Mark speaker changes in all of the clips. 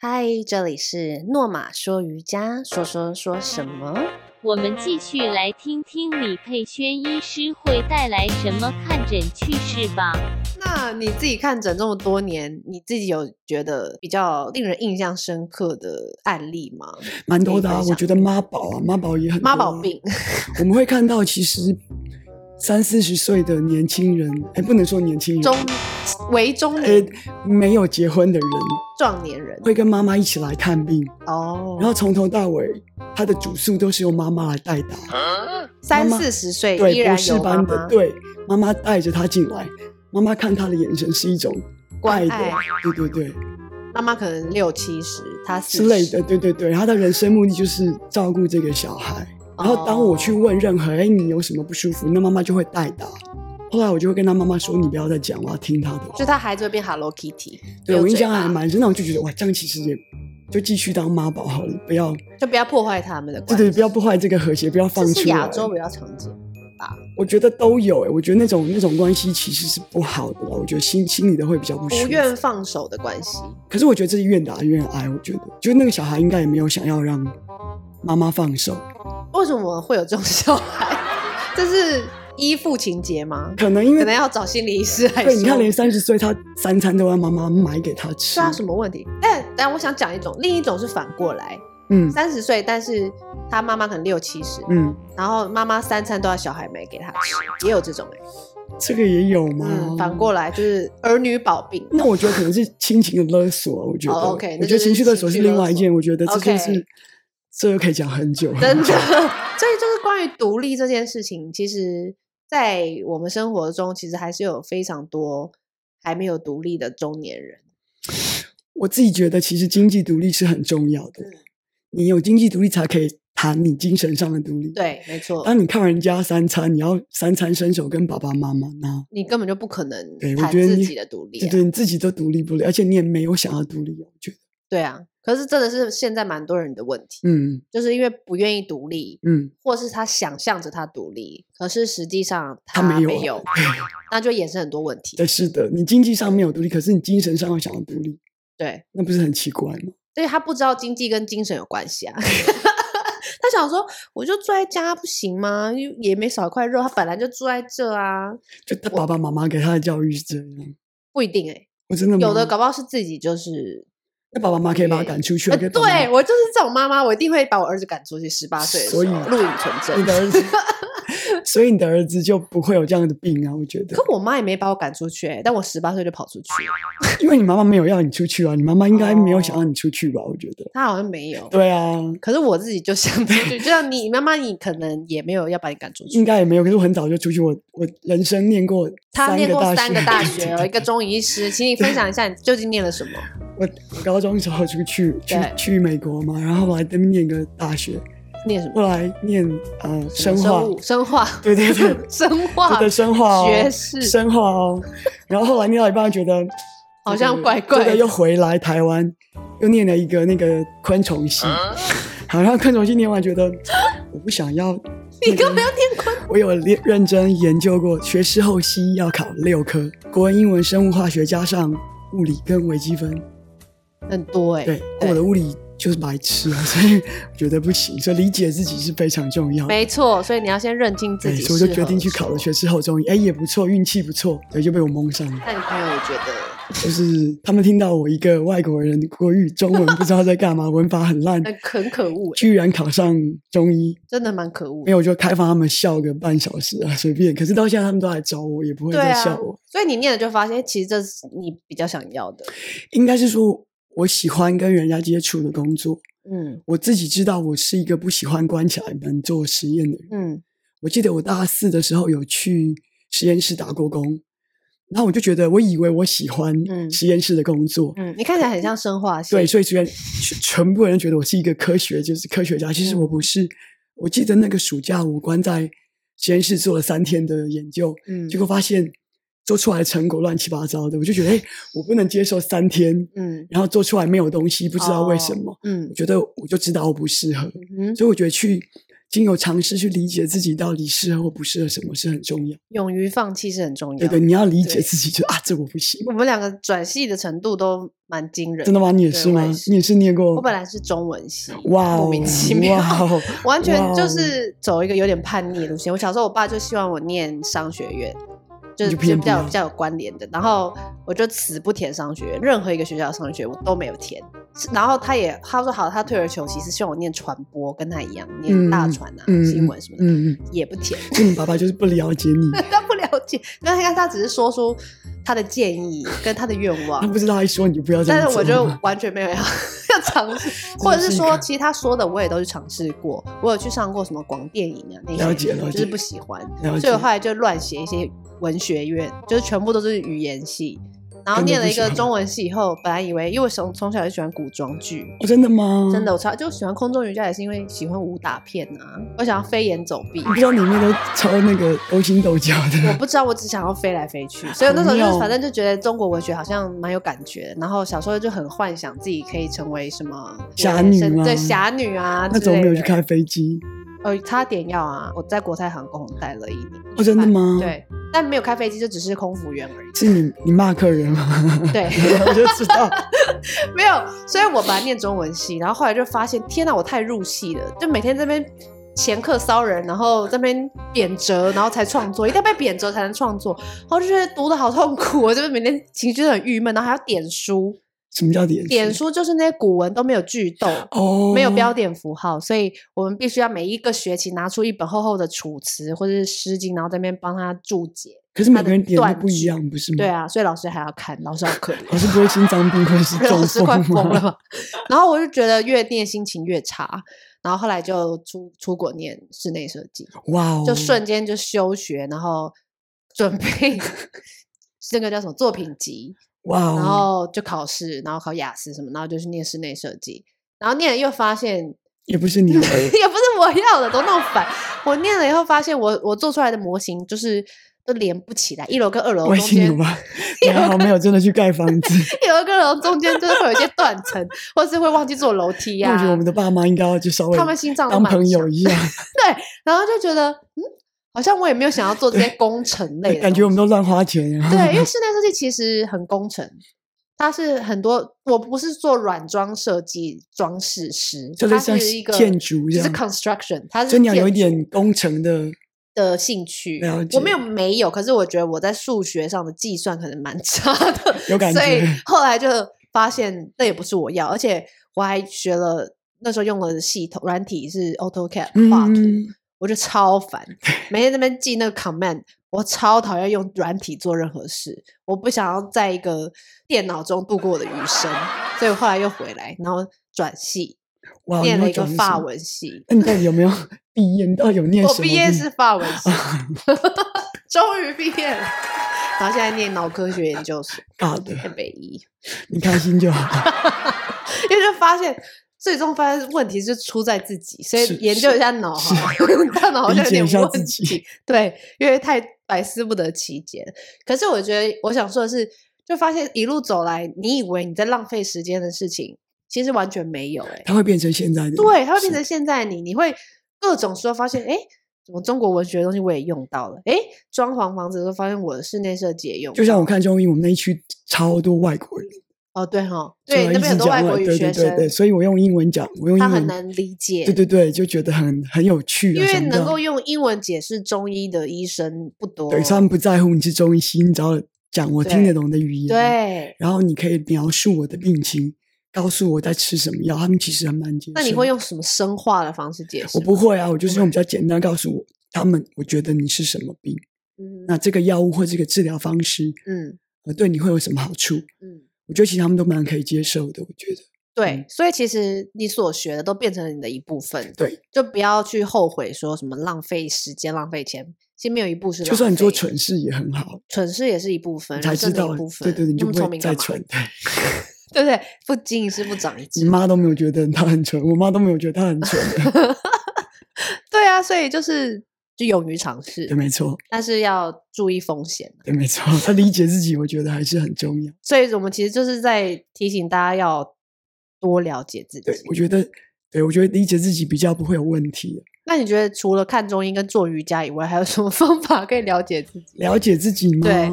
Speaker 1: 嗨，这里是诺玛说瑜伽，说说说什么？
Speaker 2: 我们继续来听听李佩轩医师会带来什么看诊趣事吧。
Speaker 1: 那你自己看诊这么多年，你自己有觉得比较令人印象深刻的案例吗？
Speaker 3: 蛮多的
Speaker 1: 可
Speaker 3: 啊
Speaker 1: 以分，享
Speaker 3: 我觉得妈宝啊，妈宝也很多
Speaker 1: 妈
Speaker 3: 啊
Speaker 1: 宝，病，
Speaker 3: 我们会看到其实三四十岁的年轻人，哎，不能说年轻人，
Speaker 1: 中为中
Speaker 3: 哎
Speaker 1: 年
Speaker 3: 没有结婚的人
Speaker 1: 壮年人
Speaker 3: 会跟妈妈一起来看病，
Speaker 1: 哦，
Speaker 3: 然后从头到尾他的主诉都是由妈妈来代打，
Speaker 1: 三
Speaker 3: 妈妈
Speaker 1: 四十岁依
Speaker 3: 对，
Speaker 1: 然
Speaker 3: 博士
Speaker 1: 有妈
Speaker 3: 班的，
Speaker 1: 妈
Speaker 3: 对，妈妈带着他进来，妈妈看他的眼神是一种
Speaker 1: 关
Speaker 3: 爱
Speaker 1: 爱
Speaker 3: 的，对对对
Speaker 1: 妈妈可能六七十，她
Speaker 3: 之类
Speaker 1: 40
Speaker 3: 的，，对对对，他的人生目的就是照顾这个小孩。然后当我去
Speaker 1: 哦
Speaker 3: 问任何，哎，你有什么不舒服？那妈妈就会代答。后来我就会跟他妈妈说，你不要再讲，我要听他的话。
Speaker 1: 就她孩子会变 Hello Kitty，
Speaker 3: 对
Speaker 1: 有
Speaker 3: 我印
Speaker 1: 嘴
Speaker 3: 象还
Speaker 1: 巴
Speaker 3: 蛮深，那我就觉得哇，这样其实也就继续当妈宝好了，不要
Speaker 1: 就不要破坏他们的
Speaker 3: 对
Speaker 1: 关系，
Speaker 3: 对，不要破坏这个和谐，不要放
Speaker 1: 这是
Speaker 3: 出来
Speaker 1: 亚。洲比较常见。
Speaker 3: 我觉得都有哎、我觉得那种那种关系其实是不好的啦，我觉得心心里的会比较不舒
Speaker 1: 不
Speaker 3: 服。
Speaker 1: 愿放手的关系，
Speaker 3: 可是我觉得这是愿打愿挨，我觉得就那个小孩应该也没有想要让妈妈放手，
Speaker 1: 为什么会有这种 小孩？这是依附情节吗？
Speaker 3: 可能因为
Speaker 1: 可能要找心理医师来说。
Speaker 3: 对，你看连三十岁他三餐都要妈妈买给他吃，
Speaker 1: 是啊，什么问题？但但我想讲一种，另一种是反过来，
Speaker 3: 嗯
Speaker 1: 三十岁，但是他妈妈可能六七十，
Speaker 3: 嗯，
Speaker 1: 然后妈妈三餐都要小孩买给他吃，也有这种哎、
Speaker 3: 这个也有吗？
Speaker 1: 嗯，反过来就是儿女保病。
Speaker 3: 哦那我觉得可能是亲情的勒索，我觉得、
Speaker 1: 哦，OK，那
Speaker 3: 我觉
Speaker 1: 就
Speaker 3: 得
Speaker 1: 是
Speaker 3: 情绪勒索是
Speaker 1: 情绪勒
Speaker 3: 另外一件，我觉得这就
Speaker 1: OK
Speaker 3: 是这又可以讲很久，
Speaker 1: 真的，
Speaker 3: 很久
Speaker 1: 所以就是关于独立这件事情，其实，在我们生活中，其实还是有非常多还没有独立的中年人。
Speaker 3: 我自己觉得其实经济独立是很重要
Speaker 1: 嗯
Speaker 3: 的，你有经济独立才可以谈你精神上的独立。，
Speaker 1: 对，没错，
Speaker 3: 当你靠人家三餐，你要三餐伸手跟爸爸妈妈拿，
Speaker 1: 你根本就不可能
Speaker 3: 对我
Speaker 1: 谈
Speaker 3: 觉得
Speaker 1: 自
Speaker 3: 你
Speaker 1: 己的独立、
Speaker 3: 对
Speaker 1: 啊。
Speaker 3: 对，你自己都独立不了，而且你也没有想要独立，哦我觉得，
Speaker 1: 对啊，可是真的是现在蛮多人的问题，
Speaker 3: 嗯
Speaker 1: 就是因为不愿意独立，
Speaker 3: 嗯，
Speaker 1: 或是他想象着他独立，可是实际上
Speaker 3: 他
Speaker 1: 没
Speaker 3: 没有啊
Speaker 1: 那就衍生很多问题
Speaker 3: 对，。是的，你经济上没有独立，可是你精神上要想要独立，
Speaker 1: 对，
Speaker 3: 那不是很奇怪吗？
Speaker 1: 所以他不知道经济跟精神有关系啊。 他想说，我就住在家不行吗？又也没少一块肉，他本来就住在这啊，
Speaker 3: 就他爸爸妈妈给他的教育是这样，
Speaker 1: 不一定哎、
Speaker 3: 我真的
Speaker 1: 有的
Speaker 3: 吗
Speaker 1: 搞不好是自己就是。
Speaker 3: 那爸爸妈妈可以把他赶出去，
Speaker 1: 呃
Speaker 3: 我可以把他
Speaker 1: 对我就是这种妈妈，我一定会把我儿子赶出去。十八岁的时候，
Speaker 3: 所以
Speaker 1: 录影存证
Speaker 3: 你。的儿子，所以你的儿子就不会有这样的病啊，我觉得
Speaker 1: 可，我妈也没把我赶出去、欸，但我十八岁就跑出去了，
Speaker 3: 因为你妈妈没有要你出去啊，你妈妈应该没有想
Speaker 1: 哦
Speaker 3: 让你出去吧，我觉得，
Speaker 1: 她好像没有。
Speaker 3: 对啊，
Speaker 1: 可是我自己就想 出去，就像你妈妈，你可能也没有要把你赶出
Speaker 3: 应
Speaker 1: 去。
Speaker 3: 该也没有，可是我很早就出去，我我人生念过
Speaker 1: 她念过三个大学，有一
Speaker 3: 哦，
Speaker 1: 个中医师，请你分享一下你究竟念了什么？
Speaker 3: 我我高中时候出去去
Speaker 1: 对
Speaker 3: 去美国嘛，然后后来那边念个大学，
Speaker 1: 念什么？
Speaker 3: 后来念呃
Speaker 1: 什么
Speaker 3: 生化，
Speaker 1: 物、生化，
Speaker 3: 对对 对
Speaker 1: 生化
Speaker 3: 对对生化哦，
Speaker 1: 学士
Speaker 3: 生化哦，然后后来念到一半觉得
Speaker 1: 好像怪怪
Speaker 3: 对对
Speaker 1: 的
Speaker 3: 对又回来台湾，又念了一个那个昆虫系，好，然后昆虫系念完觉得 我不想要、
Speaker 1: 你
Speaker 3: 那
Speaker 1: 根
Speaker 3: 个
Speaker 1: 本要念昆，
Speaker 3: 我有认认真研究过，学士后西医要考六科，国文、英文、生物、化学加上物理跟微积分，
Speaker 1: 很多哎、
Speaker 3: 对，我的物理就是白痴啊，所以我觉得不行，所以理解自己是非常重要的。
Speaker 1: 没错，所以你要先认清自
Speaker 3: 对，
Speaker 1: 己。
Speaker 3: 所以我就决定去考了。学士后中医，哎，也不错，运气不错，对，就被我蒙上了。
Speaker 1: 那你朋友也觉得
Speaker 3: 就是他们听到我一个外国人国语中文不知道在干嘛，文法 很烂，
Speaker 1: 很很可恶、欸，
Speaker 3: 居然考上中医，
Speaker 1: 真的蛮可恶
Speaker 3: 没。有就开放他们笑个半小时啊，随便。可是到现在他们都来找我，也不会
Speaker 1: 对
Speaker 3: 再
Speaker 1: 啊
Speaker 3: 笑我。，
Speaker 1: 所以你念了就发现，其实这是你比较想要的。
Speaker 3: 应该是说我喜欢跟人家接触的工作，
Speaker 1: 嗯
Speaker 3: 我自己知道我是一个不喜欢关起来门做实验的人。
Speaker 1: 嗯，
Speaker 3: 我记得我大四的时候有去实验室打过工，然后我就觉得我以为我喜欢
Speaker 1: 嗯
Speaker 3: 实验室的工作，
Speaker 1: 嗯，你看起来很像生化系。
Speaker 3: 对，所以虽然全全部人觉得我是一个科学，就是科学
Speaker 1: 嗯
Speaker 3: 家，其实我不是。我记得那个暑假，我关在实验室做了三天的研究，
Speaker 1: 嗯
Speaker 3: 结果发现做出来的成果乱七八糟的，我 就觉得，哎，我不能接受三天，
Speaker 1: 嗯
Speaker 3: 然后做出来没有东西，不知道为什么。
Speaker 1: 嗯
Speaker 3: 我觉得我就知道我不适合，
Speaker 1: 嗯哼
Speaker 3: 所以我觉得去经由尝试去理解自己到底适合或不适合什么是很重要。
Speaker 1: 勇于放弃是很重要
Speaker 3: 对
Speaker 1: 的。
Speaker 3: 对，你要理解
Speaker 1: 对
Speaker 3: 自己就，啊，这我不行。
Speaker 1: 我们两个转系的程度都蛮惊人。
Speaker 3: 真的吗？你也
Speaker 1: 对
Speaker 3: 是
Speaker 1: 我
Speaker 3: 吗？你也是念过？
Speaker 1: 我本来是中文系，
Speaker 3: 哇哦，
Speaker 1: 莫名其妙，
Speaker 3: 哇哦
Speaker 1: 完全
Speaker 3: 哇
Speaker 1: 就
Speaker 3: 哦
Speaker 1: 是走一个有点叛逆的路线。我小时候，我爸就希望我念商学院，就是
Speaker 3: 你
Speaker 1: 就
Speaker 3: 就偏
Speaker 1: 比较
Speaker 3: 不要
Speaker 1: 比较有关联的。然后我就死不填商学院，任何一个学校的商学院我都没有填。是然后他也他说好，他退而求其次，希望我念传播，跟他一样念大传啊、
Speaker 3: 嗯
Speaker 1: 新闻什么的，
Speaker 3: 嗯嗯，
Speaker 1: 也不填。
Speaker 3: 就你爸爸就是不了解你，
Speaker 1: 他不了解，但他他只是说出他的建 议跟他的愿望
Speaker 3: 他，不知道，他一说你就不要这样
Speaker 1: 但是我
Speaker 3: 做
Speaker 1: 就
Speaker 3: 嘛
Speaker 1: 完全没有要 要尝 试，或者是
Speaker 3: 真的是一
Speaker 1: 说，
Speaker 3: 个
Speaker 1: 其实他说的我也都去尝试过，我有去上过什么广电影啊那些，
Speaker 3: 了解了
Speaker 1: 就
Speaker 3: 解
Speaker 1: 是不喜欢，
Speaker 3: 了
Speaker 1: 所以
Speaker 3: 解
Speaker 1: 我后来就乱写一些文学院，就是全部都是语言系。然后
Speaker 3: 根本
Speaker 1: 念了
Speaker 3: 哎不
Speaker 1: 一
Speaker 3: 喜
Speaker 1: 个
Speaker 3: 欢啊
Speaker 1: 中文系以后，本来以为，因为我从从小就喜欢古装剧，
Speaker 3: 哦真的吗？
Speaker 1: 真的，，我超就喜欢空中瑜伽，也是因为喜欢武打片啊，我想要飞檐走壁
Speaker 3: 我。不知道里面都超那个勾心斗角
Speaker 1: 我
Speaker 3: 的，
Speaker 1: 不知道，我只想要飞来飞去，所以我那时候就
Speaker 3: 好妙
Speaker 1: 是
Speaker 3: 哦
Speaker 1: 反正就觉得中国文学好像蛮有感觉的，然后小时候就很幻想自己可以成为什么
Speaker 3: 侠女
Speaker 1: 神
Speaker 3: 吗
Speaker 1: 对侠女啊
Speaker 3: 那
Speaker 1: 之
Speaker 3: 怎
Speaker 1: 类
Speaker 3: 么
Speaker 1: 的。
Speaker 3: 没有去开飞机？
Speaker 1: 呃，差点要啊！我在国泰航空待了一年，
Speaker 3: 哦，真的吗？，
Speaker 1: 对，但没有开飞机，就只是空服员而已。
Speaker 3: 是你你骂客人吗？
Speaker 1: 对
Speaker 3: 我就知道，
Speaker 1: 没有，所以我本来念中文系，然后后来就发现，天哪，我太入戏了，就每天这边前客骚人，然后这边贬谪，然后才创作，一定要被贬谪才能创作，然后就觉得读的好痛苦，我就是每天情绪都很郁闷，然后还要点书，
Speaker 3: 什么叫点
Speaker 1: 点书就是那些古文都没有句逗。
Speaker 3: 嗯哦，
Speaker 1: 没有标点符号，所以我们必须要每一个学期拿出一本厚厚的《楚辞》或者是《诗经》，然后在那边帮他注解。
Speaker 3: 可是每
Speaker 1: 它的
Speaker 3: 个人点
Speaker 1: 断
Speaker 3: 的不一
Speaker 1: 句
Speaker 3: 样，不是吗？
Speaker 1: 对，啊，所以老师还要看，老师好可怜。
Speaker 3: 老师不会心脏病或者 是
Speaker 1: 老
Speaker 3: 中
Speaker 1: 师快
Speaker 3: 风
Speaker 1: 疯了
Speaker 3: 吗？
Speaker 1: 吧？然后我就觉得越念心情越差，然后后来就出出国念室内设计，
Speaker 3: 哇哦，
Speaker 1: 就瞬间就休学，然后准备 那个叫什么作品集，
Speaker 3: 哇
Speaker 1: 然
Speaker 3: 哦，
Speaker 1: 后就考试，然后考雅思什么，然后就去念室内设计，然后念了又发现
Speaker 3: 也不是你的
Speaker 1: 也不是我要的，都弄反。我念了以后发现我，我做出来的模型就是都连不起来，一楼跟二楼
Speaker 3: 微
Speaker 1: 中
Speaker 3: 信
Speaker 1: 间
Speaker 3: 有吧？ 你还好没有真的去盖房子。
Speaker 1: 有一个人中间就是会有一些断层，或是会忘记坐楼梯呀、
Speaker 3: 那我觉得我们的爸妈应该要就稍微
Speaker 1: 他们心脏都
Speaker 3: 当
Speaker 1: 蛮
Speaker 3: 朋友
Speaker 1: 强
Speaker 3: 一样，
Speaker 1: 然后就觉得，嗯，好像我也没有想要做这些工程类的东西，
Speaker 3: 感觉我们都乱花钱。然后
Speaker 1: 对， 因为室内设计其实很工程，它是很多，我不是做软装设计、装饰师，
Speaker 3: 就类
Speaker 1: 它
Speaker 3: 似像
Speaker 1: 是一个
Speaker 3: 建筑
Speaker 1: 就
Speaker 3: 这
Speaker 1: 是
Speaker 3: 样
Speaker 1: construction，它是
Speaker 3: 所以你要有一
Speaker 1: 建
Speaker 3: 点工程的，
Speaker 1: 的兴趣
Speaker 3: 了。
Speaker 1: 我没
Speaker 3: 解
Speaker 1: 有没有，可是我觉得我在数学上的计算可能蛮 差的，
Speaker 3: 有感
Speaker 1: 所以
Speaker 3: 觉
Speaker 1: 后来就发现那也不是我要，而且我还学了那时候用的系统软体是 AutoCAD 画图，
Speaker 3: 嗯，
Speaker 1: 我就超烦，每天在那边记那个 command，我超讨厌用软体做任何事，我不想要在一个电脑中度过我的余生，所以我后来又回来，然后转系，
Speaker 3: 哇，
Speaker 1: 念了
Speaker 3: 哦你会
Speaker 1: 一个
Speaker 3: 转
Speaker 1: 法
Speaker 3: 什么。
Speaker 1: 文系，
Speaker 3: 那你到底有没 有毕业？你到底有念
Speaker 1: 我
Speaker 3: 什么？
Speaker 1: 毕业是法文 系，终于毕业了，然后现在念脑科学研究所，E
Speaker 3: 尬的，
Speaker 1: 在北医，
Speaker 3: 你开心就好。
Speaker 1: 因为就发现。最终发现问题是出在自己，所以
Speaker 3: 是
Speaker 1: 研究一下脑
Speaker 3: 是
Speaker 1: 哈， 大脑好
Speaker 3: 理
Speaker 1: 像有
Speaker 3: 解
Speaker 1: 点
Speaker 3: 一下
Speaker 1: 问
Speaker 3: 自己
Speaker 1: 题。对，因为太百思不得其解。可是我觉得，我想说的是，就发现一路走来，你以为你在浪费时间的事情，其实完全没有、欸。 哎，
Speaker 3: 它会变成现在的你，
Speaker 1: 对，它会变
Speaker 3: 是
Speaker 1: 成现在的你，你会各种时候发现，哎，怎么中国文学的东西我也用到了？哎，装潢房子的时候发现我的室内设计也用到，
Speaker 3: 就像我看中医，我们那一区超多外国人，
Speaker 1: 哦，对哈，
Speaker 3: 所以
Speaker 1: 对，那
Speaker 3: 一
Speaker 1: 边
Speaker 3: 直
Speaker 1: 很多
Speaker 3: 讲
Speaker 1: 外国语
Speaker 3: 对
Speaker 1: 学
Speaker 3: 对
Speaker 1: 生，
Speaker 3: 对对，所以我用英文讲，我用
Speaker 1: 他
Speaker 3: 英
Speaker 1: 很
Speaker 3: 文，
Speaker 1: 难理解，
Speaker 3: 对对对，就觉得很很有趣啊，
Speaker 1: 因为
Speaker 3: 想不
Speaker 1: 能
Speaker 3: 到
Speaker 1: 够用英文解释中医的医生不多，
Speaker 3: 对，所以他们不在乎你是中医西，你只要讲我听
Speaker 1: 对
Speaker 3: 得懂的语言，，
Speaker 1: 对
Speaker 3: 然后你可以描述我的病情，告诉我在吃什么药，他们其实很难接受。
Speaker 1: 那你会？用什么生化的方式解释
Speaker 3: 我
Speaker 1: 吗？
Speaker 3: 不会啊，我就是用比较简单告诉我他们，我觉得你是什么病，
Speaker 1: 嗯
Speaker 3: 那这个药物或这个治疗方式，
Speaker 1: 嗯
Speaker 3: 呃，对你会有什么好处？
Speaker 1: 嗯，
Speaker 3: 我觉得其实他们都蛮可以接受的。我觉得
Speaker 1: 对
Speaker 3: 嗯，
Speaker 1: 所以其实你所学的都变成了你的一部分，
Speaker 3: 对，
Speaker 1: 就不要去后悔说什么浪费时间、浪费钱，其实没有一步是
Speaker 3: 就算你
Speaker 1: 浪
Speaker 3: 做
Speaker 1: 费
Speaker 3: 蠢事也很好，
Speaker 1: 蠢事也是一部分，
Speaker 3: 你才
Speaker 1: 人
Speaker 3: 知
Speaker 1: 生的
Speaker 3: 道
Speaker 1: 一部，分，
Speaker 3: 对对，对你
Speaker 1: 那
Speaker 3: 就
Speaker 1: 么
Speaker 3: 不
Speaker 1: 聪
Speaker 3: 会
Speaker 1: 明
Speaker 3: 再
Speaker 1: 干嘛，
Speaker 3: 蠢。嗯
Speaker 1: 对
Speaker 3: 对，
Speaker 1: 不对？不经一事不长一
Speaker 3: 你
Speaker 1: 智，
Speaker 3: 妈都没有觉得她很蠢，我妈都没有觉得她很蠢。
Speaker 1: 对啊，所以就是就勇于尝试
Speaker 3: 对，，没错，
Speaker 1: 但是要注意风险。
Speaker 3: 对，没错，她理解自己，我觉得还是很重要。
Speaker 1: 所以我们其实就是在提醒大家要多了解自己
Speaker 3: 对，。我觉得，对我觉得理解自己比较不会有问题。
Speaker 1: 那你觉得除了看中医跟做瑜伽以外，还有什么 方法可以了解自己？
Speaker 3: 了解自己吗？
Speaker 1: 对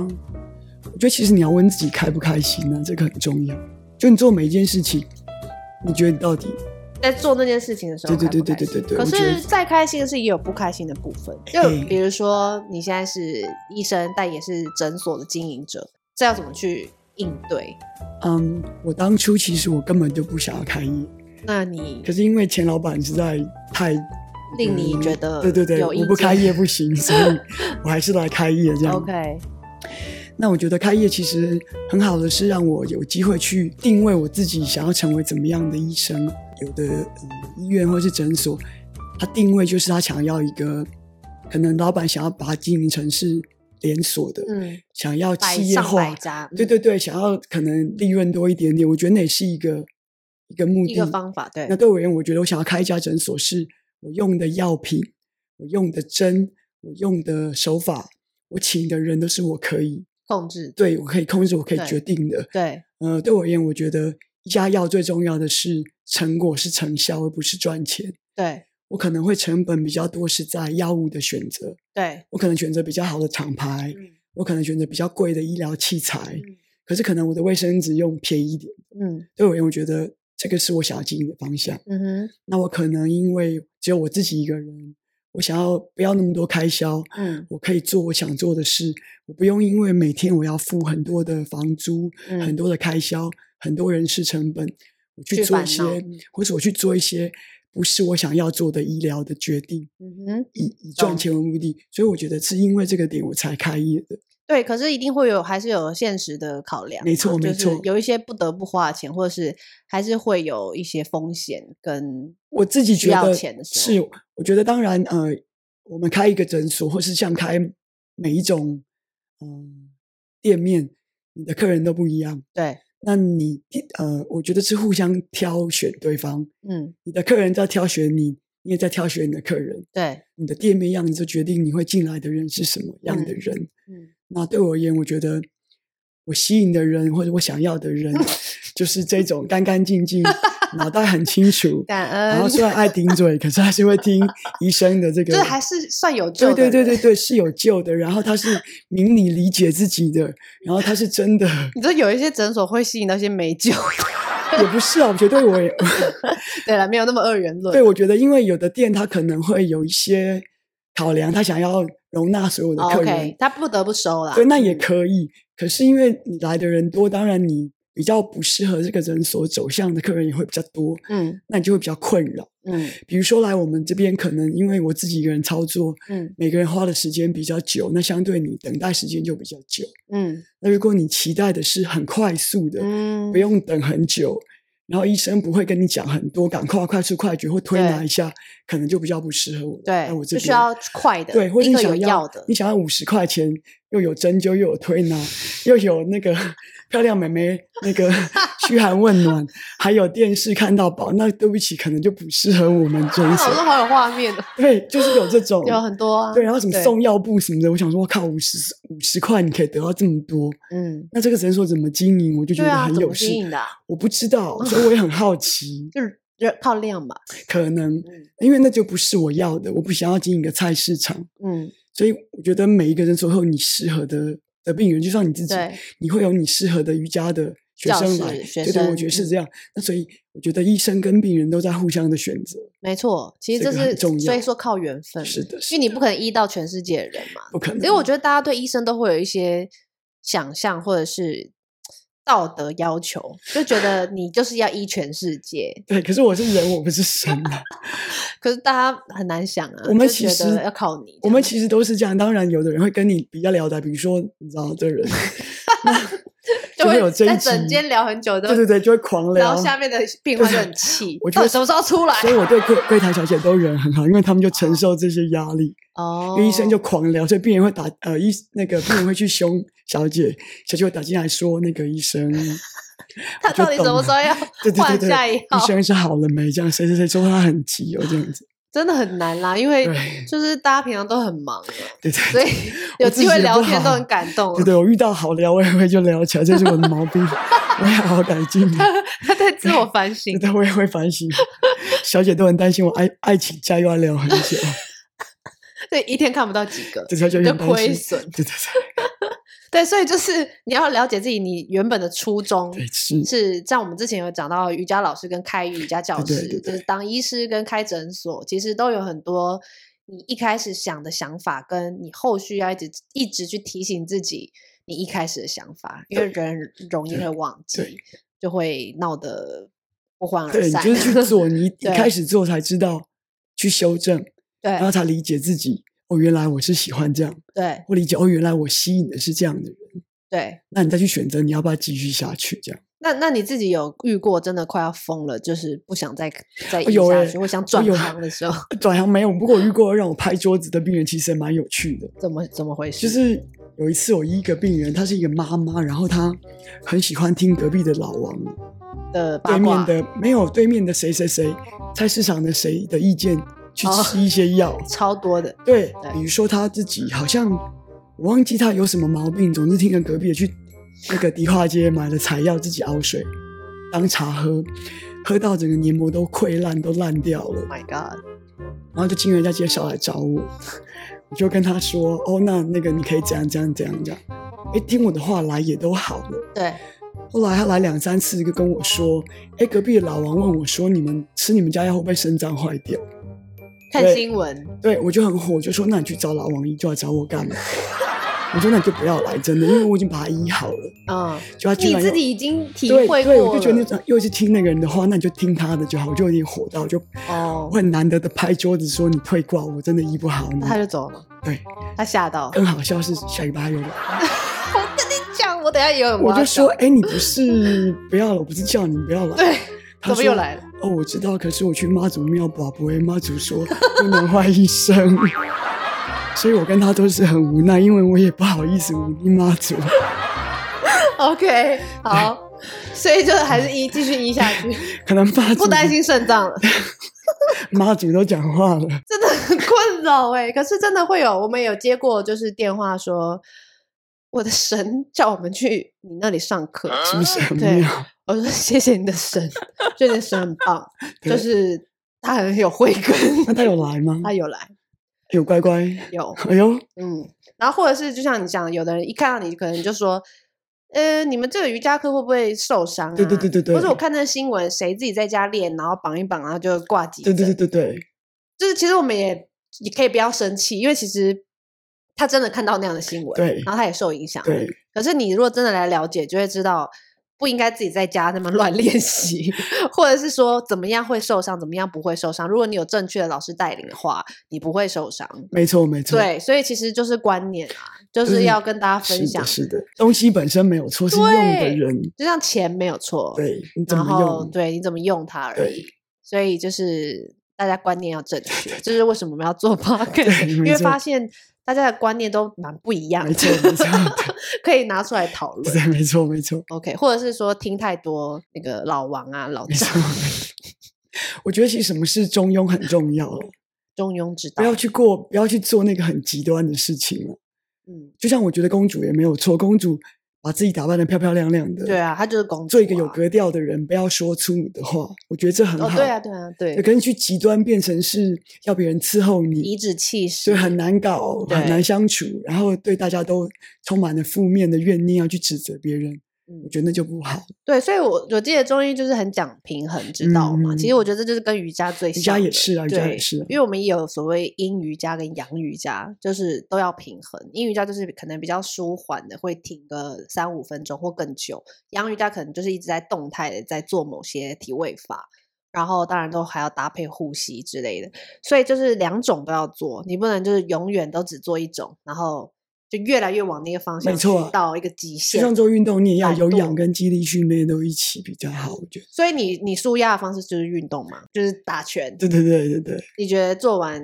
Speaker 3: 我觉得其实你要问自己开不开心呢、这个很重要。就你做每一件事情，你觉得你到底
Speaker 1: 在做那件事情的时候，
Speaker 3: 对对对
Speaker 1: 开不开
Speaker 3: 对对对
Speaker 1: 心
Speaker 3: 对
Speaker 1: 可
Speaker 3: 我觉
Speaker 1: 是
Speaker 3: 得
Speaker 1: 再开心的事也有不开心的部分，就
Speaker 3: 哎
Speaker 1: 比如说你现在是医生，但也是诊所的经营者，这要怎么去应对？
Speaker 3: 嗯，我当初其实我根本就不想要开业，
Speaker 1: 那你
Speaker 3: 可是因为前老板实在太嗯
Speaker 1: 令你觉得
Speaker 3: 对对对，
Speaker 1: 有意
Speaker 3: 我不
Speaker 1: 见
Speaker 3: 开业不行，所以我还是来开业这样。
Speaker 1: OK 嗯
Speaker 3: 那我觉得开业其实很好的是让我有机会去定位我自己想要成为怎么样的医生。有的、嗯、医院或是诊所，它定位就是他想要一个，可能老板想要把它经营成是连锁的，
Speaker 1: 嗯，
Speaker 3: 想要
Speaker 1: 百
Speaker 3: 企业
Speaker 1: 上
Speaker 3: 化
Speaker 1: 百，家，嗯
Speaker 3: 对对对，想要可能利润多一点点。我觉得那也是一个一个
Speaker 1: 嗯，
Speaker 3: 目的
Speaker 1: 一个方法对
Speaker 3: 那。对我而言，我觉得我想要开一家诊所，是我用的药品、我用的针、我用的手法、我请的人都是我可以
Speaker 1: 控制
Speaker 3: 对我可以控制、我可以
Speaker 1: 对
Speaker 3: 决定的。
Speaker 1: 对
Speaker 3: 呃，对我而言，我觉得一家药最重要的是成果、是成效，而不是赚钱。
Speaker 1: 对
Speaker 3: 我可能会成本比较多，是在药物的选择。
Speaker 1: 对，
Speaker 3: 我可能选择比较好的厂牌，
Speaker 1: 嗯
Speaker 3: 我可能选择比较贵的医疗器材，可是可能我的卫生纸用便宜一点。
Speaker 1: 嗯
Speaker 3: 对我而言，我觉得这个是我想要经营的方向。
Speaker 1: 嗯哼
Speaker 3: 那我可能因为只有我自己一个人，我想要不要那么多开销，
Speaker 1: 嗯
Speaker 3: 我可以做我想做的事，我不用因为每天我要付很多的房租、
Speaker 1: 嗯
Speaker 3: 很多的开销、很多人事成本，我去
Speaker 1: 去
Speaker 3: 做
Speaker 1: 烦
Speaker 3: 一些
Speaker 1: 恼嗯，
Speaker 3: 或者我去做一些不是我想要做的医疗的决定，
Speaker 1: 嗯哼，
Speaker 3: 以以赚
Speaker 1: 懂
Speaker 3: 钱为目的。所以我觉得是因为这个点我才开业的。
Speaker 1: 对，可是一定会有还是有现实的考量，
Speaker 3: 没错
Speaker 1: 就
Speaker 3: 没
Speaker 1: 是
Speaker 3: 错
Speaker 1: 有一些不得不花的钱，或者是还是会有一些风险跟
Speaker 3: 我自己
Speaker 1: 需
Speaker 3: 觉
Speaker 1: 要
Speaker 3: 得
Speaker 1: 钱的时候
Speaker 3: 是，我觉得当然，呃，我们开一个诊所，或是像开每一种嗯、店面，你的客人都不一样。
Speaker 1: 对，
Speaker 3: 那你呃，我觉得是互相挑选对方，
Speaker 1: 嗯
Speaker 3: 你的客人在挑选你，你也在挑选你的客人。
Speaker 1: 对，嗯
Speaker 3: 你的店面样子就决定你会进来的人是什么样的
Speaker 1: 嗯
Speaker 3: 人。
Speaker 1: 嗯
Speaker 3: 那对我而言，我觉得我吸引的人或者我想要的 人，就是这种干干净净，脑袋很清楚，
Speaker 1: 感
Speaker 3: 然后
Speaker 1: 恩，
Speaker 3: 虽然爱顶嘴，可是还是会听 医生的这个，
Speaker 1: 这还是算有救
Speaker 3: 对
Speaker 1: 的
Speaker 3: 对
Speaker 1: 人，
Speaker 3: 对对对，是有救的。然后他是明理理解自己的，然后他是 真的，
Speaker 1: 你知道有一些诊所会吸引到一些没救的，
Speaker 3: 也不是啊。我觉得我也，
Speaker 1: 对了，没有那么二元论，
Speaker 3: 对我觉得，因为有的店他可能会有一些考量，他想要容纳所有的
Speaker 1: 哦
Speaker 3: 客人，
Speaker 1: ，OK，他不得不收啦，
Speaker 3: 对，那也
Speaker 1: 嗯
Speaker 3: 可以。可是因为你来的人多，当然你比较不适合这个诊所走向的客人也会比较多，
Speaker 1: 嗯
Speaker 3: 那你就会比较困扰。
Speaker 1: 嗯
Speaker 3: 比如说来我们这边，可能因为我自己一个人操作，
Speaker 1: 嗯
Speaker 3: 每个人花的时间比较久，那相对你等待时间就比较久。
Speaker 1: 嗯
Speaker 3: 那如果你期待的是很快速的，
Speaker 1: 嗯，
Speaker 3: 不用等很久，然后医生不会跟你讲很多，赶快快速快决或推拿
Speaker 1: 对
Speaker 3: 一下，可能就比较不适合我。
Speaker 1: 对
Speaker 3: 那，我这
Speaker 1: 就
Speaker 3: 边
Speaker 1: 需要快的，
Speaker 3: 对，或者
Speaker 1: 立
Speaker 3: 你
Speaker 1: 刻有
Speaker 3: 想
Speaker 1: 药的
Speaker 3: 你，想要五十块钱，又有针灸，又有推拿，又有那个 漂亮妹妹那个 嘘寒问暖，还有电视看到饱，那对不起，可能就不适合我们
Speaker 1: 那
Speaker 3: 诊
Speaker 1: 我都
Speaker 3: 所。
Speaker 1: 好有画面哦，
Speaker 3: 对，就是有这种
Speaker 1: 有很多啊，
Speaker 3: 对，然后什么
Speaker 1: 对
Speaker 3: 送药布什么的，我想说，我靠，五十五十块你可以得到这么多，
Speaker 1: 嗯，
Speaker 3: 那这个诊所怎么经营？我就觉
Speaker 1: 对
Speaker 3: 得
Speaker 1: 啊，
Speaker 3: 很
Speaker 1: 怎
Speaker 3: 有
Speaker 1: 么
Speaker 3: 事，
Speaker 1: 吸引的啊？，
Speaker 3: 我不知道，所以我也很好奇
Speaker 1: 就是就是靠量吧，
Speaker 3: 可能
Speaker 1: 嗯
Speaker 3: 因为那就不是我要的，我不想要经营一个菜市场，
Speaker 1: 嗯，
Speaker 3: 所以我觉得每一个人最后你适合的的病人，就像你自己，
Speaker 1: 对，
Speaker 3: 你会有你适合的瑜伽的学
Speaker 1: 教
Speaker 3: 生
Speaker 1: 室
Speaker 3: 来，
Speaker 1: 学
Speaker 3: 对对，我
Speaker 1: 生
Speaker 3: 觉得
Speaker 1: 嗯
Speaker 3: 是这样。那所以我觉得医生跟病人都在互相的选择，
Speaker 1: 没错，其实
Speaker 3: 这
Speaker 1: 这
Speaker 3: 个很
Speaker 1: 是
Speaker 3: 重
Speaker 1: 所以
Speaker 3: 要
Speaker 1: 说靠缘分，
Speaker 3: 是的，是
Speaker 1: 因为你
Speaker 3: 的
Speaker 1: 不可能医到全世界的人嘛。
Speaker 3: 不可能，
Speaker 1: 因为我觉得大家对医生都会有一些想象或者是道德要求，就觉得你就是要医全世界。
Speaker 3: 对，可是我是人，我不是神 啊。
Speaker 1: 可是大家很难想啊，
Speaker 3: 我们
Speaker 1: 就
Speaker 3: 其
Speaker 1: 觉
Speaker 3: 实
Speaker 1: 得要靠你这样，
Speaker 3: 我们其实都是这样。当然，有的人会跟你比较聊得来，比如说你知道 这人
Speaker 1: 就
Speaker 3: 就会
Speaker 1: 会
Speaker 3: 有这一
Speaker 1: 在整
Speaker 3: 集
Speaker 1: 间聊很久都，
Speaker 3: 对对对，就会狂聊。
Speaker 1: 然后下面的病患就很气，
Speaker 3: 我
Speaker 1: 到底
Speaker 3: 觉得
Speaker 1: 什么时候出来？
Speaker 3: 所以我对柜柜台小姐都人很好，因为他们就承受这些压力，
Speaker 1: 哦
Speaker 3: 因为医生就狂聊，所以病人会打呃医那个病人会去凶小姐，小姐会打进来说那个 医生
Speaker 1: 他到底什么时候要
Speaker 3: 对对对
Speaker 1: 换下
Speaker 3: 对，
Speaker 1: 一号
Speaker 3: 医？生是好了没？这样谁谁谁说他很急哦，这样子，
Speaker 1: 真的很难啦，因为
Speaker 3: 对
Speaker 1: 就是大家平常都很忙啊，
Speaker 3: 对对
Speaker 1: 所
Speaker 3: 对
Speaker 1: 以 有
Speaker 3: 我自
Speaker 1: 机会
Speaker 3: 己也
Speaker 1: 聊
Speaker 3: 不
Speaker 1: 天都
Speaker 3: 好
Speaker 1: 很感动啊
Speaker 3: 对。对，我遇到好聊，我也会就聊起来，这是我 的毛病，我也好好改进。
Speaker 1: 他在自我反省
Speaker 3: 对，对，我也会反省，小姐都很担心我爱爱情债又要聊 很久，
Speaker 1: 对，一天看不到几个，
Speaker 3: 这小姐
Speaker 1: 就
Speaker 3: 很担
Speaker 1: 亏
Speaker 3: 心。
Speaker 1: 损。
Speaker 3: 对对
Speaker 1: 对，所以就是你要了解自己，你原本的初衷
Speaker 3: 对对，是
Speaker 1: 是像我们之前有讲到瑜伽老师跟开瑜伽教
Speaker 3: 对
Speaker 1: 师，
Speaker 3: 对对
Speaker 1: 就是当医师跟开诊所，其实都有很多你一开始想的想法，跟你后续要一直一直去提醒自己你一开始的想法，因为人容易
Speaker 3: 对
Speaker 1: 会忘记
Speaker 3: 对，
Speaker 1: 就会闹得不欢而
Speaker 3: 对，你
Speaker 1: 散。
Speaker 3: 就是去做，你一一
Speaker 1: 啊对
Speaker 3: 开始做才知道去修正，
Speaker 1: 对
Speaker 3: 然后才理解自己。哦，原来我是喜欢这样，
Speaker 1: 对
Speaker 3: 或理解哦，原来我吸引的是这样的人。
Speaker 1: 对，
Speaker 3: 那你再去选择你要不要继续下去，这样。
Speaker 1: 那那你自己有遇过真的快要疯了，就是不想再再
Speaker 3: 哦
Speaker 1: 医
Speaker 3: 有
Speaker 1: 下
Speaker 3: 欸
Speaker 1: 去，我想
Speaker 3: 哦
Speaker 1: 转
Speaker 3: 有
Speaker 1: 行的时候，
Speaker 3: 转行没有，不过我遇过让我拍桌子的病人，其实也蛮有趣的。
Speaker 1: 怎么怎么回事？
Speaker 3: 就是有一次，我一个病人，她是一个妈妈，然后她很喜欢听隔壁的老王
Speaker 1: 的八
Speaker 3: 对
Speaker 1: 卦
Speaker 3: 面的没有对面的谁谁谁菜市场的谁的意见去
Speaker 1: 哦
Speaker 3: 吃一些药。
Speaker 1: 超多的，
Speaker 3: 对
Speaker 1: 对，
Speaker 3: 比如说她自己好像我忘记她有什么毛病，总之听着隔壁的去那个迪化街买了采药，自己熬水当茶喝，喝到整个黏膜都溃烂，都烂掉了。
Speaker 1: Oh my God，
Speaker 3: 然后就经人家介绍来找我，我就跟他说：“哦，那那个你可以怎样怎样怎样怎样。”哎，听我的话来也都好了。
Speaker 1: 对，
Speaker 3: 后来他来两三次，就跟我说：“哎，隔壁的老王问我说，你们吃你们家药会不会肾脏坏掉
Speaker 1: 看
Speaker 3: 对
Speaker 1: 新闻，？”
Speaker 3: 对我就很火，我就说：“那你去找老王医，就要找我干嘛？” 我说：“那你就不要来，真的，因为我已经把他医好了。
Speaker 1: 嗯，”
Speaker 3: 就他居
Speaker 1: 你
Speaker 3: 然
Speaker 1: 自
Speaker 3: 又
Speaker 1: 己已经体
Speaker 3: 对
Speaker 1: 会
Speaker 3: 对，我
Speaker 1: 过
Speaker 3: 就觉得
Speaker 1: 了，
Speaker 3: 那又是听那个人的话，那你就听他的就好。我就有点火到，就
Speaker 1: 哦
Speaker 3: 我，很难得的拍桌子说：“你退挂，我真的医不好你。
Speaker 1: 那他就走了嘛，
Speaker 3: 对，呃
Speaker 1: 他吓到，
Speaker 3: 更好笑是下礼拜他又来，
Speaker 1: 这样我等一下也有，
Speaker 3: 我
Speaker 1: 要
Speaker 3: 就说，
Speaker 1: 讲，
Speaker 3: 哎、你不是不要了，我不是叫你不要来，
Speaker 1: 对，怎
Speaker 3: 他
Speaker 1: 么
Speaker 3: 说
Speaker 1: 又来了？
Speaker 3: 哦，我知道，可是我去妈祖庙保不会，妈祖说不能换医生， 所以我跟他都是很无奈，因为我也不好意思忤逆妈祖。
Speaker 1: ？OK，好，所以就还是医继续医下 去，
Speaker 3: 可能妈祖
Speaker 1: 不担心肾脏了，
Speaker 3: 妈祖都讲话了，
Speaker 1: 真的很 困扰哎、可是真的会有，我们有接过就是电话说。我的神叫我们去你那里上课，
Speaker 3: 是不是很
Speaker 1: 对
Speaker 3: 妙？
Speaker 1: 我说谢谢你的神，就你的神很棒，就
Speaker 3: 对
Speaker 1: 是他很有慧
Speaker 3: 那
Speaker 1: 根，
Speaker 3: 他有来吗？
Speaker 1: 他有来
Speaker 3: 有乖乖，
Speaker 1: 有，
Speaker 3: 哎呦，
Speaker 1: 嗯，然后或者是就像你讲，有的人一看到你，可能就说，呃，你们这个瑜伽课会不会受伤、啊？
Speaker 3: 对对对对对
Speaker 1: 或者我看那个新闻，谁自己在家练，然后绑一绑，然后就挂急
Speaker 3: 对
Speaker 1: 诊。
Speaker 3: 对对对对，
Speaker 1: 就是其实我们也也可以不要生气，因为其实他真的看到那样的新闻，
Speaker 3: 对
Speaker 1: 然后他也受影响。
Speaker 3: 对。
Speaker 1: 可是你如果真的来了解，就会知道不应该自己在家那么 乱练习，或者是说怎么样会受伤，怎么样不会受伤。如果你有正确的老师带领的话，你不会受伤。
Speaker 3: 没错没错，
Speaker 1: 对，所以其实就是观念啊，就
Speaker 3: 就是是
Speaker 1: 要跟大家
Speaker 3: 是
Speaker 1: 分享
Speaker 3: 的，，是的，东西本身没有错，是用
Speaker 1: 对
Speaker 3: 的人，
Speaker 1: 就像钱没有错，
Speaker 3: 对，你怎
Speaker 1: 然
Speaker 3: 么
Speaker 1: 后
Speaker 3: 用？
Speaker 1: 对你怎么用它而
Speaker 3: 对
Speaker 1: 已。所以就是大家观念要正确，这是为什么我们要做 p o d
Speaker 3: 对
Speaker 1: 因
Speaker 3: 没
Speaker 1: 为
Speaker 3: 错
Speaker 1: 发现大家的观念都蛮不一样
Speaker 3: 没错没错
Speaker 1: 的，可以拿出来讨论。
Speaker 3: 对，没错没错。
Speaker 1: OK，或者是说听太多那个老王啊、老
Speaker 3: 没
Speaker 1: 张、
Speaker 3: 错， 我觉得其实什么事中庸很重要了，
Speaker 1: 中庸之道
Speaker 3: 不，要去过，不要去做那个很极端的事情了。
Speaker 1: 嗯，
Speaker 3: 就像我觉得公主也没有错，公主把自己打扮的漂漂亮亮的，
Speaker 1: 对，啊，他就是公主、啊，
Speaker 3: 做一个有格调的人，不要说粗鲁的话，我觉得这很好。
Speaker 1: 哦，对啊，对啊，对，
Speaker 3: 可是去极端变成是要别人伺候
Speaker 1: 颐
Speaker 3: 你，
Speaker 1: 指气
Speaker 3: 所
Speaker 1: 使
Speaker 3: 以，很难搞，
Speaker 1: 对
Speaker 3: 很难相处，然后对大家都充满了负面的怨念，要去指责别人，
Speaker 1: 嗯
Speaker 3: 我，觉得那就不好。
Speaker 1: 对，所以我我记得中医就是很讲平衡之道嘛。其实我觉得这就是跟瑜伽最
Speaker 3: 嗯瑜
Speaker 1: 像
Speaker 3: 伽也
Speaker 1: 的
Speaker 3: 是啊瑜
Speaker 1: 对，
Speaker 3: 伽也是啊
Speaker 1: 因为我们也有所谓阴瑜伽跟阳瑜伽，就是都要平衡。阴瑜伽就是可能比较舒缓的，会停个三五分钟或更久；阳瑜伽可能就是一直在动态的在做某些体位法，然后当然都还要搭配呼吸之类的。所以就是两种都要做，你不能就是永远都只做一种，然后就越来越往那个方向
Speaker 3: 没错
Speaker 1: 去
Speaker 3: 啊
Speaker 1: 到一个极
Speaker 3: 就
Speaker 1: 限。
Speaker 3: 像做运动，你也要
Speaker 1: 懒
Speaker 3: 有氧
Speaker 1: 惰
Speaker 3: 跟肌力训练都一起比较好，我觉得。
Speaker 1: 所以你你舒压的方式就是运动嘛，就是打拳。
Speaker 3: 对对对对对。
Speaker 1: 你觉得做完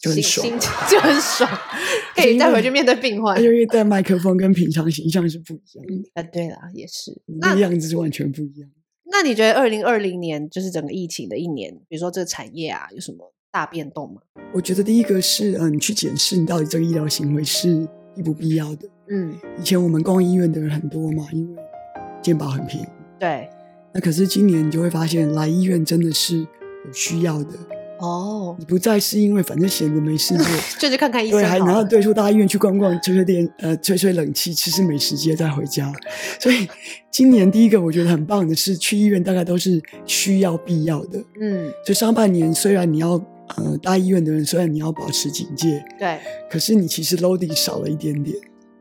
Speaker 3: 就
Speaker 1: 心
Speaker 3: 很爽
Speaker 1: 心就很爽， 可
Speaker 3: 且
Speaker 1: 以
Speaker 3: 因
Speaker 1: 再
Speaker 3: 为哎
Speaker 1: 回去面对病患
Speaker 3: 而。且因为带麦克风跟平常形象是不一样的，
Speaker 1: 啊，对啦，也是。
Speaker 3: 你
Speaker 1: 那
Speaker 3: 的样子是完全不一样的。
Speaker 1: 那你觉得二零二零年就是整个疫情的一年，比如说这个产业啊，有什么大变动吗？
Speaker 3: 我觉得第一个是，嗯，你去检视你到底这个医疗行为是必不必要的。
Speaker 1: 嗯，
Speaker 3: 以前我们逛医院的人很多嘛，因为健保很便宜。
Speaker 1: 对，
Speaker 3: 那可是今年你就会发现，来医院真的是有需要的。
Speaker 1: 哦，
Speaker 3: 你不在是因为反正闲着没事做，
Speaker 1: 就去看看医生
Speaker 3: 对，还
Speaker 1: 好
Speaker 3: 然后
Speaker 1: 了。
Speaker 3: 对出大医院去逛逛，吹吹电，呃，吹吹冷气，吃吃美食街，再回家。所以今年第一个我觉得很棒的是，去医院大概都是需要必要的。
Speaker 1: 嗯，
Speaker 3: 就上半年虽然你要呃大医院的人，虽然你要保持警戒，
Speaker 1: 对，
Speaker 3: 可是你其实 loading 少了一点点，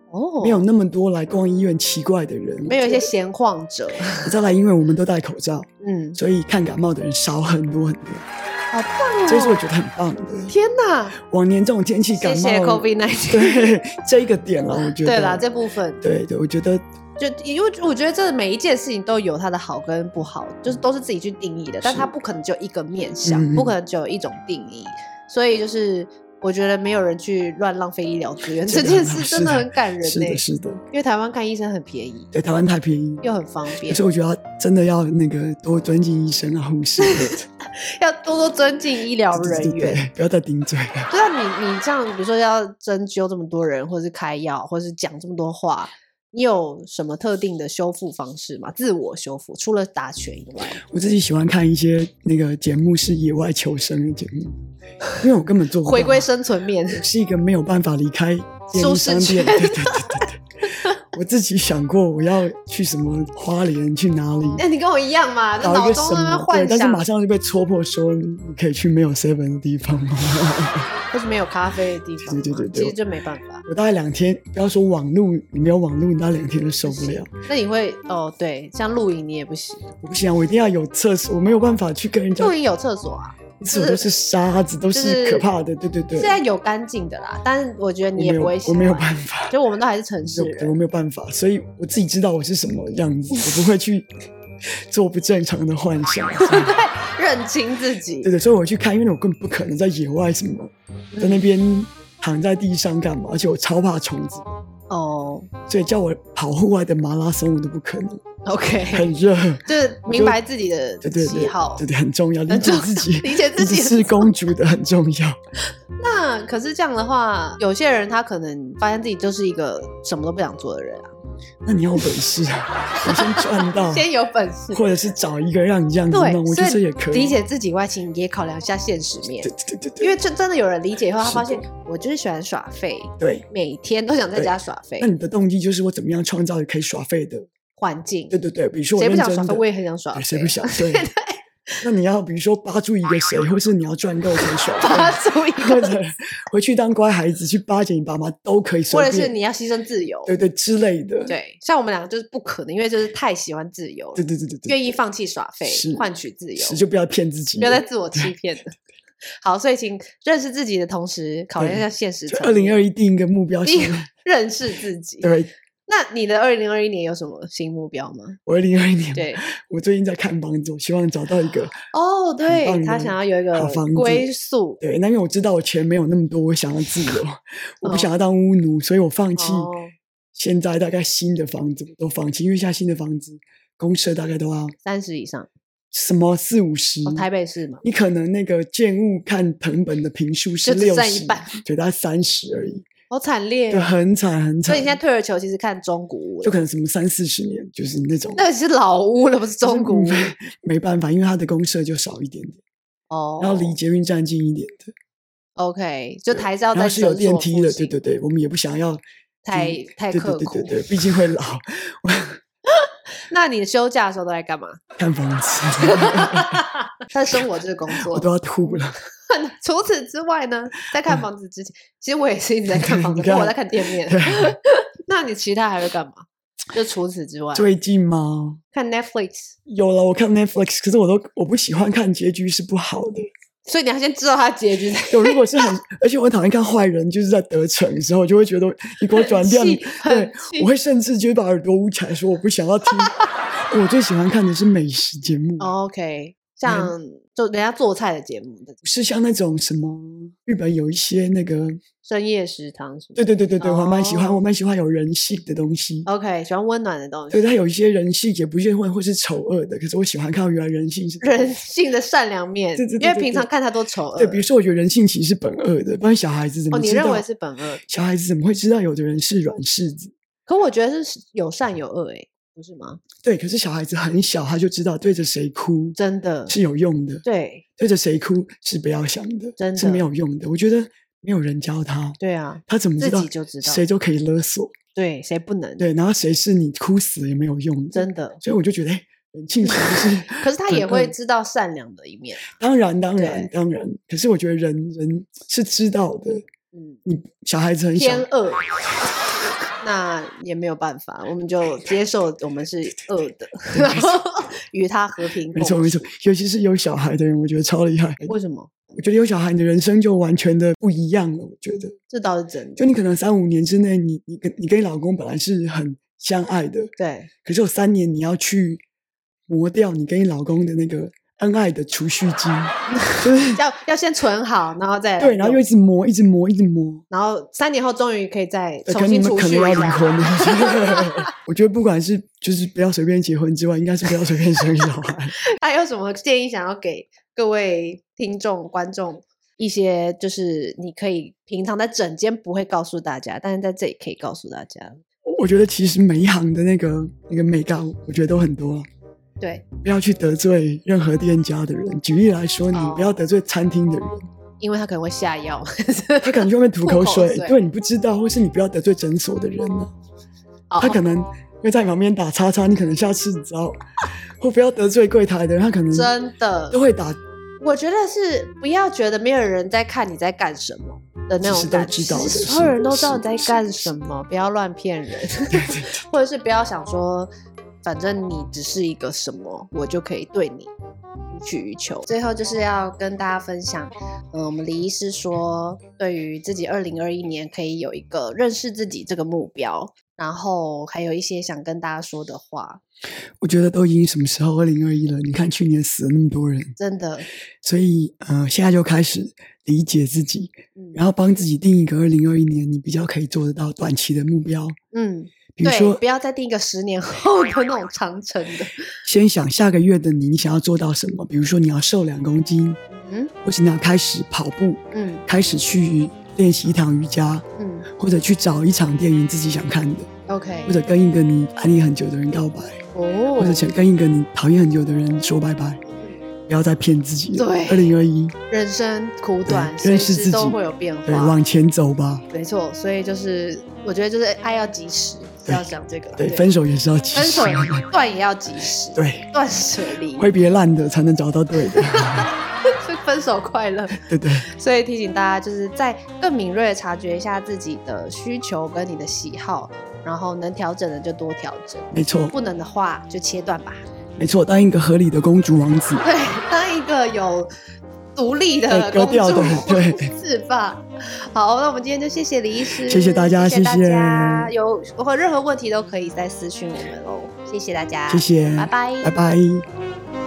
Speaker 1: 哦，
Speaker 3: 没有那么多来逛医院奇怪的人。
Speaker 1: 没有一些闲晃 者，
Speaker 3: 再来，因为我们都戴口罩，
Speaker 1: 嗯，
Speaker 3: 所以看感冒的人少很多很多，
Speaker 1: 好棒哦！
Speaker 3: 这是我觉得很棒的。
Speaker 1: 天哪，
Speaker 3: 往年这种天气
Speaker 1: 谢
Speaker 3: 感冒，
Speaker 1: 谢 COVID nineteen。
Speaker 3: 对这一个点啊了，我觉得
Speaker 1: 对啦，这部分
Speaker 3: 对对，我觉得
Speaker 1: 就因为我觉得这每一件事情都有它的好跟不好，就是都是自己去定义的，但
Speaker 3: 是
Speaker 1: 它不可能只有一个面向，
Speaker 3: 嗯嗯
Speaker 1: 不可能只有一种定义，所以就是我觉得没有人去乱浪费医疗资 源，
Speaker 3: 是
Speaker 1: 这
Speaker 3: 的
Speaker 1: 件事真的
Speaker 3: 是的
Speaker 1: 很感人
Speaker 3: 是
Speaker 1: 呢、
Speaker 3: 的，是的，
Speaker 1: 因为台湾看医生很便宜，
Speaker 3: 对，台湾太便宜，
Speaker 1: 又很 方便，
Speaker 3: 所以我觉得要真的要那个多尊敬医生啊、护士，
Speaker 1: 要多多尊敬医疗
Speaker 3: 对对
Speaker 1: 人员。
Speaker 3: 对，不要再顶嘴了。
Speaker 1: 就像你，你这样，比如说要针灸这么多人，或者是开药，或者是讲这么多话，你有什么特定的修复方式吗？自我修复，除了打拳以外，
Speaker 3: 我自己喜欢看一些那个节目是野外求生的节目，因为我根本做不到
Speaker 1: 回归生存面。
Speaker 3: 我是一个没有办法离开便利商店，对对对对 对。我自己想过我要去什么花莲，去哪 里，
Speaker 1: 哎、你跟我一样嘛，就
Speaker 3: 搞一
Speaker 1: 脑
Speaker 3: 个
Speaker 1: 中
Speaker 3: 什
Speaker 1: 在那边，
Speaker 3: 么对，
Speaker 1: 幻
Speaker 3: 但是
Speaker 1: 想，
Speaker 3: 马上就被戳破说你可以去没有 seven 的地方吗？
Speaker 1: 或是没有咖啡的地方嘛，
Speaker 3: 对对对对
Speaker 1: 其实就没办法。
Speaker 3: 我大概两天，不要说网路，你没有网路，你大概两天都受不了。
Speaker 1: 那你会哦，对，像露营你也不行，
Speaker 3: 我不行啊，我一定要有厕所，我没有办法去跟人家
Speaker 1: 露，营有厕所啊，
Speaker 3: 厕所都是沙子，都
Speaker 1: 就是
Speaker 3: 是可怕的。对对对，
Speaker 1: 现在有干净的啦，但是我觉得
Speaker 3: 我
Speaker 1: 你
Speaker 3: 没
Speaker 1: 也
Speaker 3: 有，
Speaker 1: 不会喜
Speaker 3: 我
Speaker 1: 欢，
Speaker 3: 没有办法，
Speaker 1: 就我们都还是城市
Speaker 3: 对，我
Speaker 1: 人，
Speaker 3: 没有办法，所以我自己知道我是什么样子，我不会去做不正常的幻 想。
Speaker 1: 认清自己
Speaker 3: 对，对，所以我去看，因为我根本不可能在野外什么，在那边躺在地上干嘛，而且我超怕虫子，
Speaker 1: 哦
Speaker 3: 所以叫我跑户外的马拉松我都不可能，
Speaker 1: ，OK，
Speaker 3: 很热。
Speaker 1: 就是明白自己的
Speaker 3: 对对
Speaker 1: 喜
Speaker 3: 对
Speaker 1: 好，，
Speaker 3: 对对，很重要，理
Speaker 1: 很
Speaker 3: 解
Speaker 1: 重要
Speaker 3: 自己，
Speaker 1: 理解自己很
Speaker 3: 是公主的很重要。
Speaker 1: 那可是这样的话，有些人他可能发现自己就是一个什么都不想做的人啊，
Speaker 3: 那你要有本事啊，你先赚 到，
Speaker 1: 先有本事，
Speaker 3: 或者是找一个让你这样子
Speaker 1: 对，
Speaker 3: 弄，我觉得
Speaker 1: 所
Speaker 3: 这
Speaker 1: 以
Speaker 3: 也可以。啊
Speaker 1: 理解自己以外，请也考量一下现实面
Speaker 3: 对，，对对对对，
Speaker 1: 因为真真的有人理解以后，他
Speaker 3: 是
Speaker 1: 发
Speaker 3: 的
Speaker 1: 现我就是喜欢耍废，
Speaker 3: 对。
Speaker 1: 每天都想在
Speaker 3: 对
Speaker 1: 家耍废
Speaker 3: 那，你的动机就是我怎么样创造可以耍废的？
Speaker 1: 环境
Speaker 3: 对，对对，比如说我
Speaker 1: 谁不
Speaker 3: 认
Speaker 1: 想
Speaker 3: 真
Speaker 1: 耍废？
Speaker 3: 的，
Speaker 1: 我也很想耍
Speaker 3: 对
Speaker 1: 废，
Speaker 3: 谁 不想？对。那你要比如说扒住一个谁，或是你要赚够钱 耍
Speaker 1: 发
Speaker 3: 废，
Speaker 1: 出一个，
Speaker 3: 或者回去当乖孩子去巴结你爸妈都可以随
Speaker 1: 或
Speaker 3: 便，
Speaker 1: 者是你要牺牲自由，
Speaker 3: 对对之类的。
Speaker 1: 对，像我们两个就是不可能，因为就是太喜欢自由了
Speaker 3: 对，对对对对，
Speaker 1: 愿意放弃耍废
Speaker 3: 是
Speaker 1: 换取自由
Speaker 3: 是，就不要骗自己
Speaker 1: 不要
Speaker 3: 了。
Speaker 1: 再自我 欺骗了。好，所以请认识自己的同时，考量一下现实
Speaker 3: 就
Speaker 1: 层
Speaker 3: 二零
Speaker 1: 面，
Speaker 3: 二一定一个目标是，
Speaker 1: 认识自己。
Speaker 3: 对，
Speaker 1: 那你的二零二一年有什么新目标吗？
Speaker 3: 我二零二一年，
Speaker 1: 对，
Speaker 3: 我最近在看房子，我希望找到一 个
Speaker 1: 哦，
Speaker 3: 棒
Speaker 1: 对
Speaker 3: 的
Speaker 1: 他想要有一个
Speaker 3: 好房子
Speaker 1: 归宿，
Speaker 3: 对，那因为我知道我钱没有那么多，我想要自 由，我不想要当屋奴，所以我放弃
Speaker 1: 哦
Speaker 3: 现在大概新的房子我都放弃，因为现在新的房子公社大概都要
Speaker 1: 三十以上，
Speaker 3: 什么四五十，
Speaker 1: 哦，台北市嘛，
Speaker 3: 你可能那个建物看藤本的平数是
Speaker 1: 就只
Speaker 3: 六
Speaker 1: 剩一
Speaker 3: 十
Speaker 1: 半，
Speaker 3: 对，大概三十而已，
Speaker 1: 好惨烈
Speaker 3: 就
Speaker 1: 哦。
Speaker 3: 很惨啊很
Speaker 1: 所
Speaker 3: 惨。
Speaker 1: 以你现在退而求其次看中古屋
Speaker 3: 就
Speaker 1: 了，
Speaker 3: 可能什么三四十年，就是那种
Speaker 1: 那是老屋了，不是中古屋
Speaker 3: 就是嗯没办法，因为它的公社就少一点点，
Speaker 1: 哦。
Speaker 3: 然后离捷运站近一点的，
Speaker 1: OK，就台是要
Speaker 3: 然
Speaker 1: 在
Speaker 3: 后是有
Speaker 1: 诊
Speaker 3: 电
Speaker 1: 所
Speaker 3: 梯
Speaker 1: 附
Speaker 3: 的，对
Speaker 1: 近
Speaker 3: 对对，我们也不想要
Speaker 1: 太
Speaker 3: 离
Speaker 1: 太
Speaker 3: 对
Speaker 1: 刻
Speaker 3: 对对
Speaker 1: 苦
Speaker 3: 对对，毕竟会老，
Speaker 1: 那你休假的时候都在干嘛？
Speaker 3: 看房 子
Speaker 1: 他的生活就是 工
Speaker 3: 我
Speaker 1: 作。
Speaker 3: 都要吐了。
Speaker 1: 除此之外呢，在看房子之前，其实我也是一直在看房子，
Speaker 3: 你
Speaker 1: 不过我在
Speaker 3: 看
Speaker 1: 看店面
Speaker 3: 对。
Speaker 1: 那你其他还会干嘛？就除此之外，
Speaker 3: 最近吗？
Speaker 1: 看 Netflix。
Speaker 3: 有了，我看 Netflix，可是我都我不喜欢看结局是不好的。
Speaker 1: 所以你要先知道它结局才。
Speaker 3: 就如果是 很，而且我很讨厌看坏人，就是在得逞的时候，我就会觉得你给我转掉，
Speaker 1: 气
Speaker 3: 你
Speaker 1: 很
Speaker 3: 对
Speaker 1: 气，
Speaker 3: 我会甚至就会把耳朵捂起来，说我不想要 听。我最喜欢看的是美食节目，
Speaker 1: 哦 OK，像就人家做菜的节目那种，
Speaker 3: 不是像那种什么日本有一些那个，
Speaker 1: 深夜食堂什么
Speaker 3: 对对对对对，我还蛮喜欢，
Speaker 1: 哦
Speaker 3: 我蛮喜欢有人性的东西。
Speaker 1: ？OK，喜欢温暖的东
Speaker 3: 对，
Speaker 1: 西，
Speaker 3: 它有一些人性，也不见会或是丑恶的，可是我喜欢看到原来人性是
Speaker 1: 人性的善良面。
Speaker 3: 对对对
Speaker 1: 因为
Speaker 3: 对
Speaker 1: 平常
Speaker 3: 对
Speaker 1: 看它都丑恶。
Speaker 3: 对，比如说，我觉得人性其实是本恶的，不然小孩子怎
Speaker 1: 哦
Speaker 3: 么
Speaker 1: 你
Speaker 3: 知道？
Speaker 1: 认为是本恶
Speaker 3: 小孩子怎么会知道有的人是软柿子？
Speaker 1: 可我觉得是有善有恶，哎，不是吗？
Speaker 3: 对，可是小孩子很小，他就知道对着谁哭
Speaker 1: 真的，
Speaker 3: 是有用的。
Speaker 1: 对，
Speaker 3: 对着谁哭是不要想的，
Speaker 1: 真的
Speaker 3: 是没有用的。我觉得没有人教他，
Speaker 1: 对啊，
Speaker 3: 他怎么知道
Speaker 1: 自己就知道
Speaker 3: 谁都可以勒索？
Speaker 1: 对，谁不能？
Speaker 3: 对，然后谁是你哭死也没有用的，
Speaker 1: 真的。
Speaker 3: 所以我就觉得，哎，人性其实是
Speaker 1: 可是他也
Speaker 3: 很
Speaker 1: 会
Speaker 3: 恶
Speaker 1: 知道善良的一面，
Speaker 3: 当然，当然
Speaker 1: 对，
Speaker 3: 当然。可是我觉得人人是知道的，
Speaker 1: 嗯，
Speaker 3: 你小孩子很小
Speaker 1: 偏，恶，那也没有办法，我们就接受我们是恶的，然后 与他和平
Speaker 3: 没错
Speaker 1: 共
Speaker 3: 没
Speaker 1: 处
Speaker 3: 错。尤其是有小孩的人，我觉得超厉害。
Speaker 1: 为什么？
Speaker 3: 我觉得有小孩，你的人生就完全的不一样了。我觉得，
Speaker 1: 这倒是真的
Speaker 3: 就。你可能三五年之内，你你跟你跟你老公本来是很相爱的，
Speaker 1: 对，
Speaker 3: 可是有三年你要去磨掉你跟你老公的那个恩爱的储蓄金，
Speaker 1: 啊
Speaker 3: 就是
Speaker 1: 要要先存好，然后再来
Speaker 3: 对，然后又
Speaker 1: 用
Speaker 3: 一直磨，一直磨，一直磨。
Speaker 1: 然后三年后终于可以再
Speaker 3: 呃
Speaker 1: 重
Speaker 3: 跟你
Speaker 1: 新
Speaker 3: 们
Speaker 1: 储
Speaker 3: 可
Speaker 1: 蓄
Speaker 3: 能
Speaker 1: 一
Speaker 3: 要离
Speaker 1: 下。
Speaker 3: 婚了。 我觉得不管是就是不要随便结婚之外，应该是不要随便生小孩。
Speaker 1: 还有什么建议想要给各位听众、观众一些，就是你可以平常在整间不会告诉大家，但是在这里可以告诉大家。
Speaker 3: 我觉得其实每一行的那个那个美感，我觉得都很多啊。
Speaker 1: 对，
Speaker 3: 不要去得罪任何店家的人。举例来说，你
Speaker 1: 哦
Speaker 3: 不要得罪餐厅的人，
Speaker 1: 因为他可能会下药，
Speaker 3: 他可能就外面吐
Speaker 1: 口
Speaker 3: 口水，
Speaker 1: 水
Speaker 3: 对你不知道，或是你不要得罪诊所的人啊，
Speaker 1: 哦
Speaker 3: 他可能会在你旁边打叉叉，你可能下次你知道，或不要得罪柜台的人，他可能
Speaker 1: 真的
Speaker 3: 都，会打，
Speaker 1: 我觉得是不要觉得没有人在看你在干什么的那
Speaker 3: 其
Speaker 1: 种
Speaker 3: 实都
Speaker 1: 感觉，
Speaker 3: 知道
Speaker 1: 其
Speaker 3: 的
Speaker 1: 实
Speaker 3: 是
Speaker 1: 所有
Speaker 3: 的
Speaker 1: 人都知
Speaker 3: 是
Speaker 1: 道你
Speaker 3: 的
Speaker 1: 在
Speaker 3: 是
Speaker 1: 干
Speaker 3: 的
Speaker 1: 什么，不要乱骗人，或者是不要想说，反正你只是一个什么，我就可以对你予取予求。最后就是要跟大家分享，嗯，我们李医师说，对于自己二零二一年可以有一个认识自己这个目标，然后还有一些想跟大家说的话，
Speaker 3: 我觉得都已经什么时候二零二一了？你看去年死了那么多人，
Speaker 1: 真的，
Speaker 3: 所以呃，现在就开始理解自己，
Speaker 1: 嗯
Speaker 3: 然后帮自己定一个二零二一年你比较可以做得到短期的目标。
Speaker 1: 嗯，
Speaker 3: 比如
Speaker 1: 对，
Speaker 3: 说
Speaker 1: 不，要再定一个十年 后的那种长程的。
Speaker 3: 先想下个月的你，你想要做到什么？比如说你要瘦两公斤，
Speaker 1: 嗯
Speaker 3: 或是你要开始跑步，
Speaker 1: 嗯
Speaker 3: 开始去练习一堂瑜伽，
Speaker 1: 嗯
Speaker 3: 或者去找一场电影自己想看的，
Speaker 1: ，OK，
Speaker 3: 或者跟一个你暗恋很久的人告白，
Speaker 1: 哦
Speaker 3: 或者想跟一个你讨厌很久的人说拜拜。不要再骗自己了。
Speaker 1: 对
Speaker 3: 二零二一，
Speaker 1: 人生苦
Speaker 3: 对
Speaker 1: 短，随
Speaker 3: 认识自
Speaker 1: 时
Speaker 3: 己
Speaker 1: 都会有变
Speaker 3: 对，
Speaker 1: 化，
Speaker 3: 往前走吧。
Speaker 1: 没错。所以就是，我觉得就是爱要及时，是
Speaker 3: 对
Speaker 1: 要讲这个啦，
Speaker 3: 对，分手也是要及
Speaker 1: 分
Speaker 3: 时
Speaker 1: 手。断也要及时，
Speaker 3: 对，
Speaker 1: 断舍离，
Speaker 3: 挥别烂的才能找到对的，
Speaker 1: 所以分手快乐。
Speaker 3: 对对，
Speaker 1: 所以提醒大家，就是在更敏锐的察觉一下自己的需求跟你的喜好，然后能调整的就多调整，
Speaker 3: 没错
Speaker 1: 不能的话就切断吧。
Speaker 3: 没错，当一个合理的公主王子，
Speaker 1: 对， 当一个有独立的
Speaker 3: 对格
Speaker 1: 公
Speaker 3: 哎调
Speaker 1: 主
Speaker 3: 的对
Speaker 1: 是吧？好，那我们今天就谢谢李医师，
Speaker 3: 谢谢大家
Speaker 1: 谢大
Speaker 3: 谢谢
Speaker 1: 家。有如果任何问题都可以再私讯我们哦，谢谢大家，
Speaker 3: 谢谢，
Speaker 1: 拜拜，
Speaker 3: 拜拜。